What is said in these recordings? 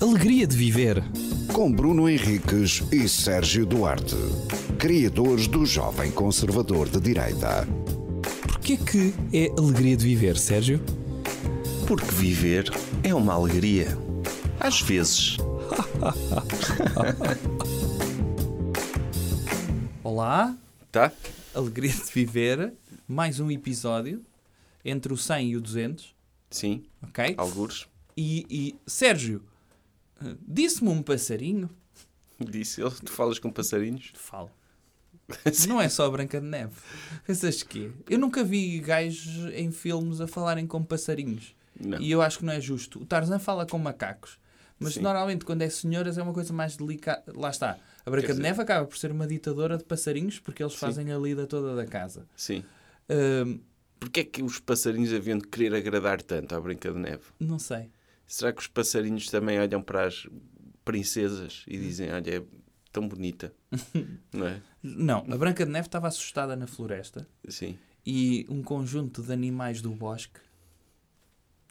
Alegria de viver. Com Bruno Henriques e Sérgio Duarte, criadores do Jovem Conservador de Direita. Porquê que é alegria de viver, Sérgio? Porque viver é uma alegria. Às vezes. Olá, Tá? alegria de viver. Mais um episódio entre o 100 e o 200, Sim. ok? Algures. E, e, Sérgio, eh, disse-me um passarinho. Disse ele. Tu falas com passarinhos? Falo. Não é só Branca de Neve. Pensas que é? Eu nunca vi gajos em filmes a falarem com passarinhos. Não. E eu acho que não é justo. O Tarzan fala com macacos. Mas Sim. normalmente quando é senhoras é uma coisa mais delicada. Lá está. A Branca Quer de dizer- Neve acaba por ser uma ditadora de passarinhos porque eles fazem a lida toda da casa. Sim. Hum, Porquê é que os passarinhos haviam de querer agradar tanto à Branca de Neve? não sei. Será que os passarinhos também olham para as princesas e dizem, olha, é tão bonita? Não é? Não, a Branca de Neve estava assustada na floresta Sim. e um conjunto de animais do bosque.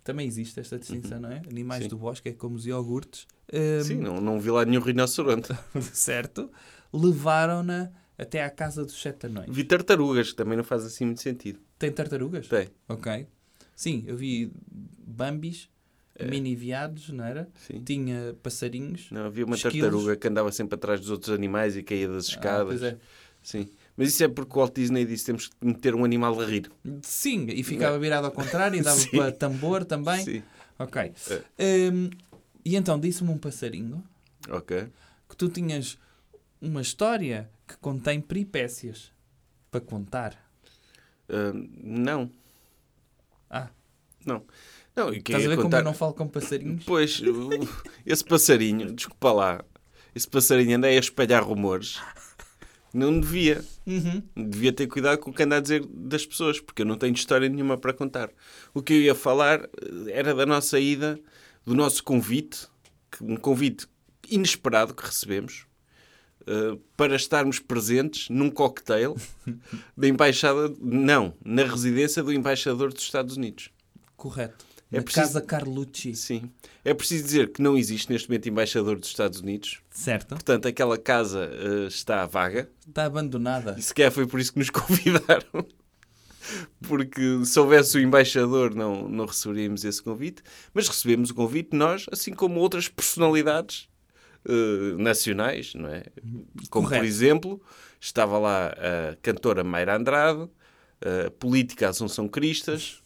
Também existe esta distinção, não é? Animais Uhum. Sim. do bosque é como os iogurtes. Hum, Sim, não, não vi lá nenhum rinoceronte. certo? Levaram-na até à casa dos sete anões. Vi tartarugas, que também não faz assim muito sentido. Tem tartarugas? Tem. Ok. Sim, eu vi bambis, É. mini viados, não era? Sim. Tinha passarinhos. Não, havia uma Tipo Esquilos. tartaruga que andava sempre atrás dos outros animais e caía das Ah, escadas. pois é. Sim. Mas isso é porque o Walt Disney disse temos que meter um animal a rir. Sim, e ficava virado ao contrário e dava Sim. para tambor também. Sim. É. Ok. Hum, e então disse-me um passarinho Ok. que tu tinhas uma história que contém peripécias para contar. Ah, não. Ah, Não. Não, e estás a queria ver como é contar- eu não falo com passarinhos? Pois, o- esse passarinho, desculpa lá, esse passarinho anda aí a espalhar rumores. Não devia. Uhum. Devia ter cuidado com o que anda a dizer das pessoas, porque eu não tenho história nenhuma para contar. O que eu ia falar eh, era da nossa ida, do nosso convite, que- um convite inesperado que recebemos, eh, para estarmos presentes num cocktail da embaixada, não, na residência do embaixador dos Estados Unidos. Correto. É Na preciso- casa Carlucci. Sim. É preciso dizer que não existe neste momento embaixador dos Estados Unidos. Certo? Portanto, aquela casa eh, está vaga. Está abandonada. E se calhar foi por isso que nos convidaram. Porque se houvesse o embaixador, não, não receberíamos esse convite. Mas recebemos o convite nós, assim como outras personalidades eh, nacionais, não é? Como, Correto. por exemplo, estava lá a cantora Mayra Andrade, a política Assunção Cristas,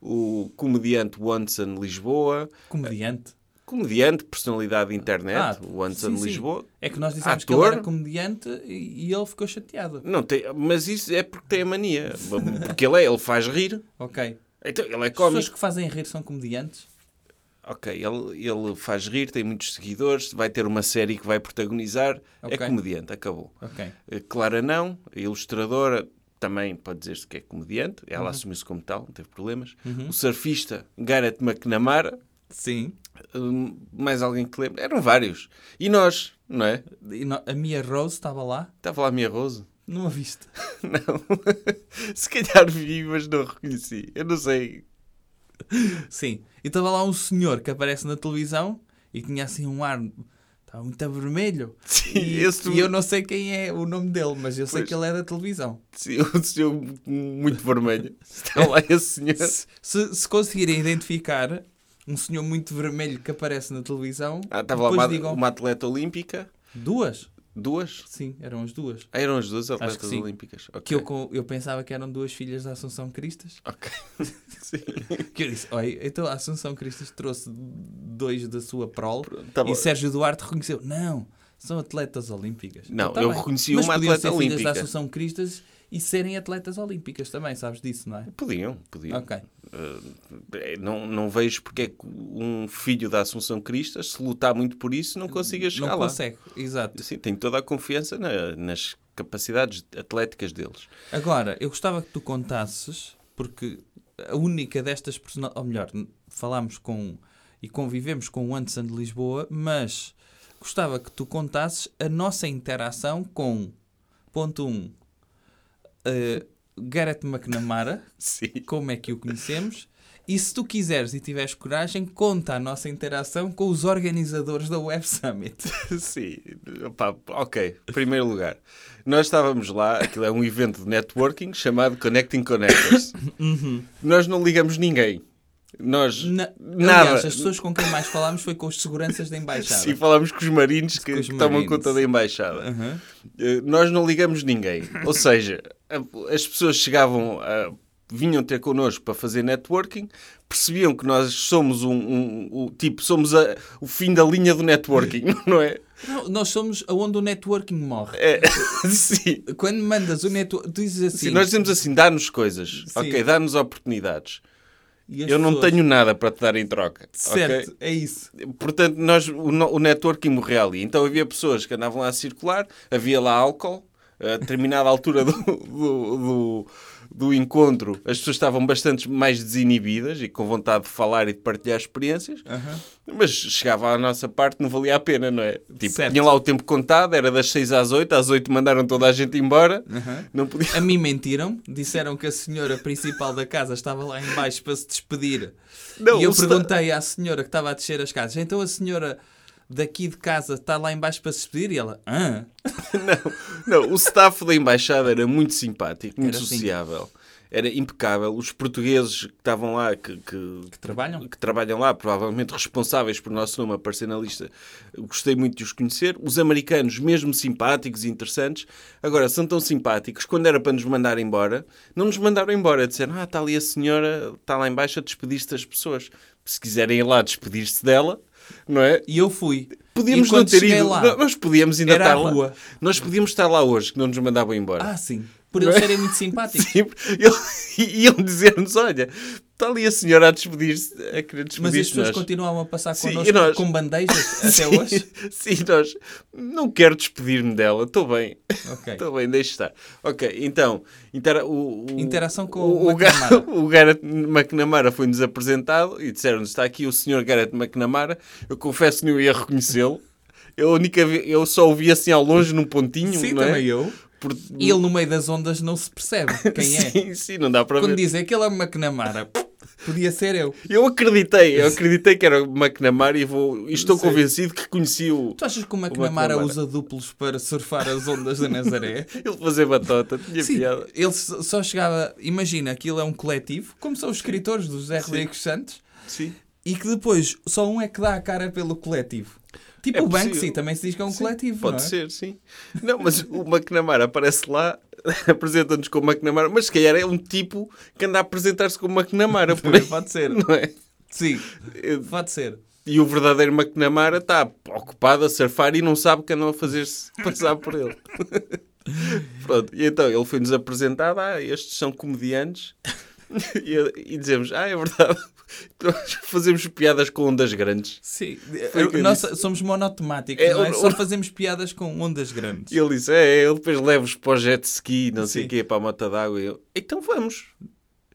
o comediante Wanson Lisboa, Comediante. Ah, comediante, personalidade de internet, o Wanson sim, sim. Lisboa. É que nós dissemos que Ator. ele era comediante e e ele ficou chateado. Não tem, mas isso é porque tem a mania. Porque ele é, ele faz rir. Ok. Então, ele é As pessoas cómico. que fazem rir são comediantes. Ok, ele, ele faz rir, tem muitos seguidores, vai ter uma série que vai protagonizar. Ok. É comediante, acabou. Ok. Eh, Clara não, a ilustradora também pode dizer-se que é comediante. Ela Uhum. assumiu-se como tal, não teve problemas. O surfista Gareth McNamara, Sim. hum, mais alguém que lembra. Eram vários. E nós, não é? E no- a Mia Rose estava lá. Estava lá a minha Rose. Não a viste? Não. Se calhar vi, mas não reconheci. Eu não sei. Sim. E estava lá um senhor que aparece na televisão e tinha assim um ar. Estava muito vermelho. Sim, E, esse e eu não sei quem é o nome dele, mas eu sei Pois. que ele é da televisão. Sim, um senhor muito vermelho. Está lá esse senhor. Se, se- se conseguirem identificar um senhor muito vermelho que aparece na televisão, Ah, estava lá depois uma, digam. uma atleta olímpica. Duas? Duas? Sim, eram as duas. Ah, eram as duas que atletas sim. olímpicas. Ok. Que eu, co- eu pensava que eram duas filhas da Assunção Cristas. Ok. Sim. Que eu disse, olha, então a Assunção Cristas trouxe dois da sua prole Pronto, tá bom. e Sérgio Duarte reconheceu. Não, são atletas olímpicas. Não, Então, eu bem. reconheci Mas uma podiam atleta ser filhas da olímpica. Assunção Cristas e serem atletas olímpicas também, sabes disso, não é? Podiam, podiam. Ok. Eh, Não, não vejo porque é que um filho da Assunção Cristas, se lutar muito por isso, não consiga chegar Não lá. consegue, exato. Sim, tenho toda a confiança na- nas capacidades atléticas deles. Agora, eu gostava que tu contasses, porque a única destas personagens, ou melhor, n- falámos com e convivemos com o Anderson de Lisboa, mas gostava que tu contasses a nossa interação com, ponto 1, um, eh, Gareth McNamara, Sim. como é que o conhecemos, E se tu quiseres e tiveres coragem, conta a nossa interação com os organizadores da Web Summit. Sim, opá, ok. Primeiro lugar, nós estávamos lá, aquilo é um evento de networking chamado Connecting Connectors. Nós não ligamos ninguém. Nós, Uhum. Na- nada. Aliás, as pessoas com quem mais falámos foi com os seguranças da embaixada. Sim, falámos com os marinhos que, Com os que tomam marines. Uhum. conta da embaixada. Aham. Eh, Nós não ligamos ninguém. Ou seja, a- as pessoas chegavam a- vinham ter connosco para fazer networking, percebiam que nós somos um, um- um- tipo, somos a- o fim da linha do networking, não é? Não, nós somos aonde o networking morre. É, sim. Quando mandas o networking, dizes assim. Sim, nós dizemos assim, dá-nos coisas, Sim. ok, dá-nos oportunidades. e as Eu não pessoas- tenho nada para te dar em troca. Certo, ok? é isso. Portanto, nós, o, no- o networking morreu ali. Então havia pessoas que andavam lá a circular, havia lá álcool. A determinada altura do, do, do, do encontro, as pessoas estavam bastante mais desinibidas e com vontade de falar e de partilhar experiências. Aham. Mas chegava à nossa parte, não valia a pena, não é? Tipo, Certo. tinham lá o tempo contado, era das 6 às 8, às 8 mandaram toda a gente embora. Não podia... A mim mentiram, disseram que a senhora principal da casa estava lá em baixo para se despedir. Não, e eu o sta- perguntei à senhora que estava a descer as casas, então a senhora daqui de casa está lá em baixo para se despedir? E ela, ah, Não, não, o staff da embaixada era muito simpático, muito Era assim. sociável. Era impecável. Os portugueses que estavam lá, que, que- trabalham? que trabalham lá, provavelmente responsáveis por o nosso nome aparecer na lista, gostei muito de os conhecer. Os americanos, mesmo simpáticos e interessantes, agora são tão simpáticos, quando era para nos mandar embora, não nos mandaram embora. Disseram, ah, está ali a senhora, está lá embaixo a despedir-se das pessoas. Se quiserem ir lá despedir-se dela, não é? E eu fui. Podíamos E não quando ter cheguei ido. lá, Não, Nós podíamos ainda era estar a lá. rua. Nós podíamos estar lá hoje, que não nos mandavam embora. ah sim, por eles serem muito simpáticos. Sim, ele- e iam dizer-nos: olha, está ali a senhora a despedir-se, a querer despedir-se. Mas as pessoas de nós. continuavam a passar Sim, connosco e nós? com bandejas até Sim, hoje. Sim, nós. Não quero despedir-me dela, estou bem. Ok. Estou Então bem, deixa estar. Ok, então. intera- o, o- Interação com o, o o, Ga- McNamara. o Gareth McNamara foi-nos apresentado e disseram-nos: está aqui o senhor Gareth McNamara. Eu confesso que não ia reconhecê-lo. Eu, a única ve- eu só o vi assim ao longe num pontinho. Sim, não é? também eu. Por- E ele no meio das ondas não se percebe quem é. Hum. Sim, sim, não dá para Quando ver. dizem que ele é o McNamara, podia ser eu. Eu acreditei, eu acreditei que era o McNamara e, vou, e estou convencido que conheci o. Tu achas que o McNamara. McNamara usa duplos para surfar as ondas da Nazaré? Ele fazer batota, tinha Sim, piada. ele s- só chegava. Imagina, aquilo é um coletivo, como são os escritores do José Rodrigues Santos, Sim. e que depois só um é que dá a cara pelo coletivo. Tipo É o Banksy, possível. também se diz que é um coletivo. Pode não é? ser, sim. Não, mas o McNamara aparece lá, apresenta-nos como McNamara, mas se calhar é um tipo que anda a apresentar-se como McNamara, por Também aí, Pode ser. não é? Sim, pode ser. E o verdadeiro McNamara está ocupado a surfar e não sabe que andam a fazer-se passar por ele. Pronto, e então ele foi-nos apresentado, ah, estes são comediantes, e, e dizemos, ah, é verdade, Nós fazemos piadas com ondas grandes. Sim, Foi o que eu nós somos monotemáticos, É, não é? o- Só o- fazemos piadas com ondas grandes. E ele disse, é, é, ele depois leva-os para o jet ski, não sei o Sim. quê, para a mota d'água. E eu, então vamos.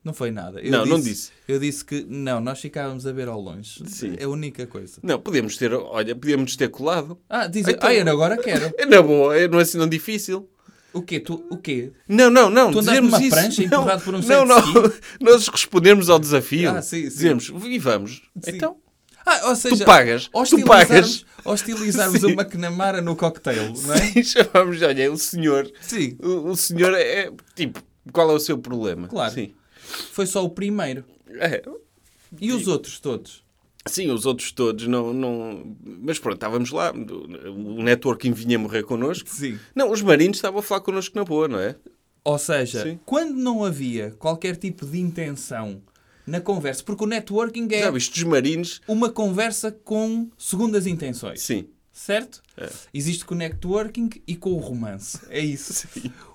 Não foi nada. Eu Não, disse, não disse. Eu disse que não, nós ficávamos a ver ao longe. Sim. É a única coisa. Não, podíamos ter, olha, podíamos ter colado. Ah, dizem, Então- ai, eu agora quero. É na boa, é, não é assim tão difícil. O quê? Tu, o quê? Não, não, não. Tu andaste dizemos numa isso. prancha não, empurrado por um não, não. jet Nós respondermos ao desafio. Ah, sim, sim. Dizemos, e vamos. Sim. Então, Ah, ou seja, pagas, tu hostilizarmos- pagas. Hostilizarmos o Sim. McNamara no cocktail, não é? sim, chamamos, olha, o senhor. Sim, O, o senhor é, tipo, qual é o seu problema? Claro. Sim. foi só o primeiro. É, E os outros todos? Sim, os outros todos não, não. Mas pronto, estávamos lá. O networking vinha morrer connosco. Sim. Não, os marinos estavam a falar connosco na boa, não é? Ou seja, Sim. quando não havia qualquer tipo de intenção na conversa, porque o networking é Já viste, os marinos. uma conversa com segundas intenções. Sim. certo? É. Existe com o networking e com o romance. É isso.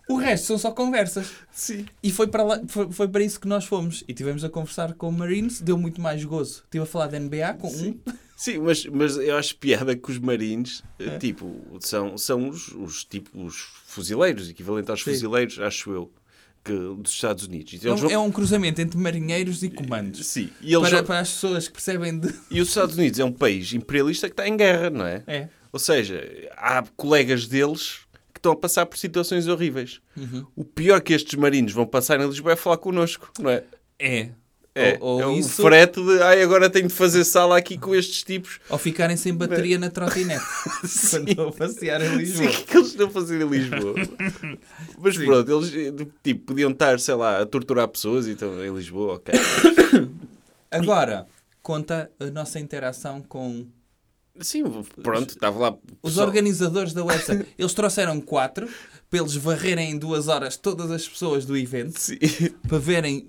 O resto são só conversas. Sim. E foi para, lá- foi, foi para isso que nós fomos. E tivemos a conversar com o Marines, deu muito mais gozo. Estive a falar de NBA com um. Sim, mas, mas eu acho piada que os marines, eh, É. tipo, são, são os, os, tipo, os fuzileiros, equivalente aos Sim. fuzileiros, acho eu, que, dos Estados Unidos. E É eles um, vão- é um cruzamento entre marinheiros e comandos. Sim, e, eles Para, vão- para as pessoas que percebem de. e os Estados Unidos é um país imperialista que está em guerra, não é? É. Ou seja, há colegas deles que estão a passar por situações Uhum. horríveis. O pior que estes marinos vão passar em Lisboa é falar connosco, não é? É. É, Ou- ou é um isso- frete de ai, agora tenho de fazer sala aqui com estes tipos. Ou ficarem sem bateria na trotinete quando vão passear em Sim, Lisboa. o que é que eles estão a fazer em Lisboa? Mas pronto, eles eh, tipo, podiam estar, sei lá, a torturar pessoas e então em Lisboa, ok. Agora, conta a nossa interação com Sim, pronto, estava lá. os pessoal. organizadores da website. Eles trouxeram quatro para eles varrerem em duas horas todas as pessoas do evento Sim. para verem.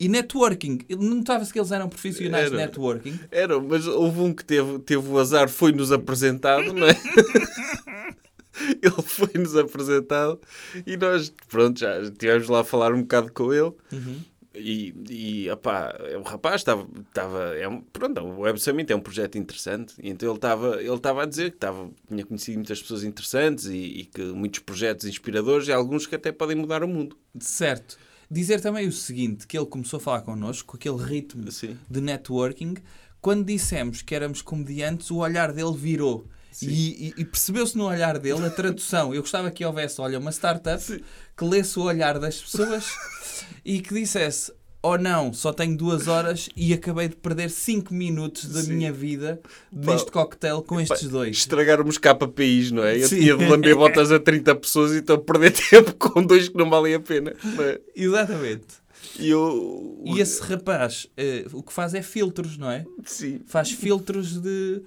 E networking, notava-se que eles eram profissionais de Era. networking. Era, mas houve um que teve, teve o azar, foi-nos apresentado, não é? ele foi-nos apresentado e nós, pronto, já estivemos lá a falar um bocado com ele. E, e opá, é um rapaz estava, estava é um, pronto, o Web Summit é um projeto interessante, e então ele estava, ele estava a dizer que estava, tinha conhecido muitas pessoas interessantes e, e que muitos projetos inspiradores e alguns que até podem mudar o mundo. Certo. Dizer também o seguinte, que ele começou a falar connosco, com aquele ritmo Sim. de networking. Quando dissemos que éramos comediantes, o olhar dele virou. E, e- e percebeu-se no olhar dele a tradução. Eu gostava que houvesse, olha, uma startup que lesse o olhar das pessoas e que dissesse ou não, só tenho duas horas e acabei de perder cinco minutos da minha vida neste cocktail com estes dois. Estragarmos KPIs, não é? Eu Sim. tinha de lamber botas a 30 pessoas e estou a perder tempo com dois que não valem a pena. não é? Exatamente. E eu. E esse rapaz, eh, o que faz é filtros, não é? Sim. faz filtros de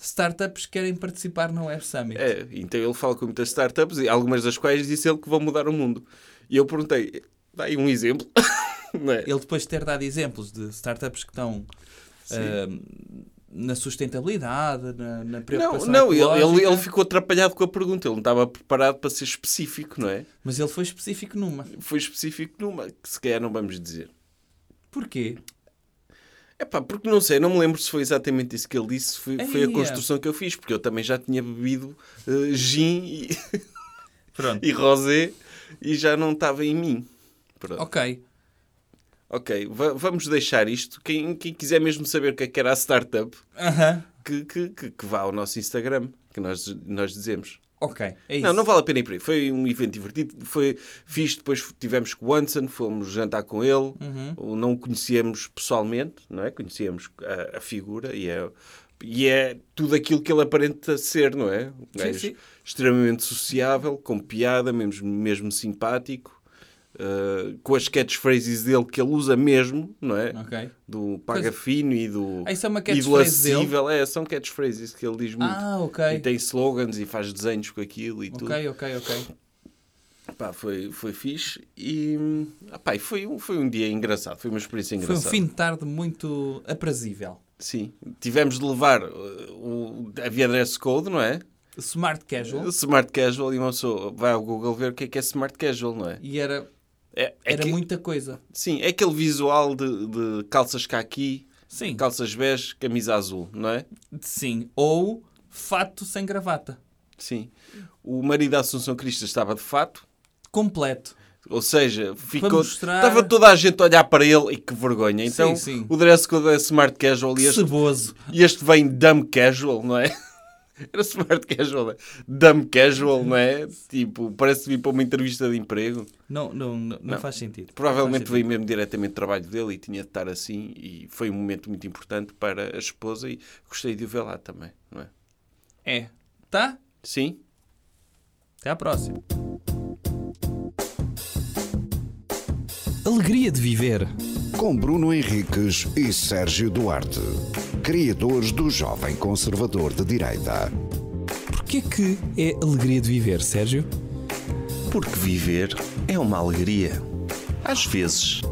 startups que querem participar no Web Summit. É, então ele fala com muitas startups, e algumas das quais disse ele que vão mudar o mundo. E eu perguntei, dá aí um exemplo. não é? Ele depois de ter dado exemplos de startups que estão ahm, na sustentabilidade, na, na Não, preocupação não ele, ele, ecológica, ele ficou atrapalhado com a pergunta, ele não estava preparado para ser específico, não é? mas ele foi específico numa. Foi específico numa, que se calhar não vamos dizer. Porquê? É pá, porque não sei, não me lembro se foi exatamente isso que ele disse, se foi, foi a Eia. construção que eu fiz, porque eu também já tinha bebido eh, gin e, Pronto. e rosé e já não estava em mim. Pronto. Ok. Ok, va- vamos deixar isto. Quem, quem quiser mesmo saber o que é que era a startup, Aham. que, que, que, que vá ao nosso Instagram, que nós, nós dizemos. Ok. É isso. Não, não vale a pena ir por aí. Foi um evento divertido, foi fixe. Depois tivemos com o Anson, fomos jantar com ele. Uhum. Não o conhecíamos pessoalmente, não é? Conhecíamos a, a figura e é, e é tudo aquilo que ele aparenta ser, não é? Um Sim, gajo sim. extremamente sociável, com piada, mesmo, mesmo simpático. ah, com as catchphrases dele que ele usa mesmo, não é? Ok. Do paga fino e do. Ah, isso é uma e do catchphrase dele? acessível. É, são catchphrases que ele diz muito. Ah, ok. E tem slogans e faz desenhos com aquilo e tudo. Ok, ok, ok. Pá, foi, foi fixe e, ah, pá, e foi, um, foi um dia engraçado, foi uma experiência Foi um engraçada. fim de tarde muito aprazível. Sim, tivemos de levar uh, o, havia dress code, não é? Smart casual. Smart casual e uma pessoa vai ao Google ver o que é que é smart casual, não é? E era, é, é era que- muita coisa. Sim, é aquele visual de, de calças caqui, Sim. calças bege, camisa azul, não é? Sim. Ou fato sem gravata. Sim. O marido da Assunção Crista estava de fato, Completo. Ou seja, ficou. mostrar- Estava toda a gente a olhar para ele e que vergonha. Então, sim. o dress code é smart casual e Que este, ceboso. e este vem dumb casual, não é? Era smart casual, não é? dumb casual, não é? Tipo, parece que vim para uma entrevista de emprego. Não, não, não, não faz sentido. Provavelmente Não faz veio mesmo diretamente do trabalho dele e tinha de estar assim. E foi um momento muito importante para a esposa e gostei de o ver lá também, não é? sentido. É. Tá? Sim? Até à próxima. Alegria de viver. Com Bruno Henriques e Sérgio Duarte, criadores do Jovem Conservador de Direita. Porquê que é alegria de viver, Sérgio? Porque viver é uma alegria. Às vezes.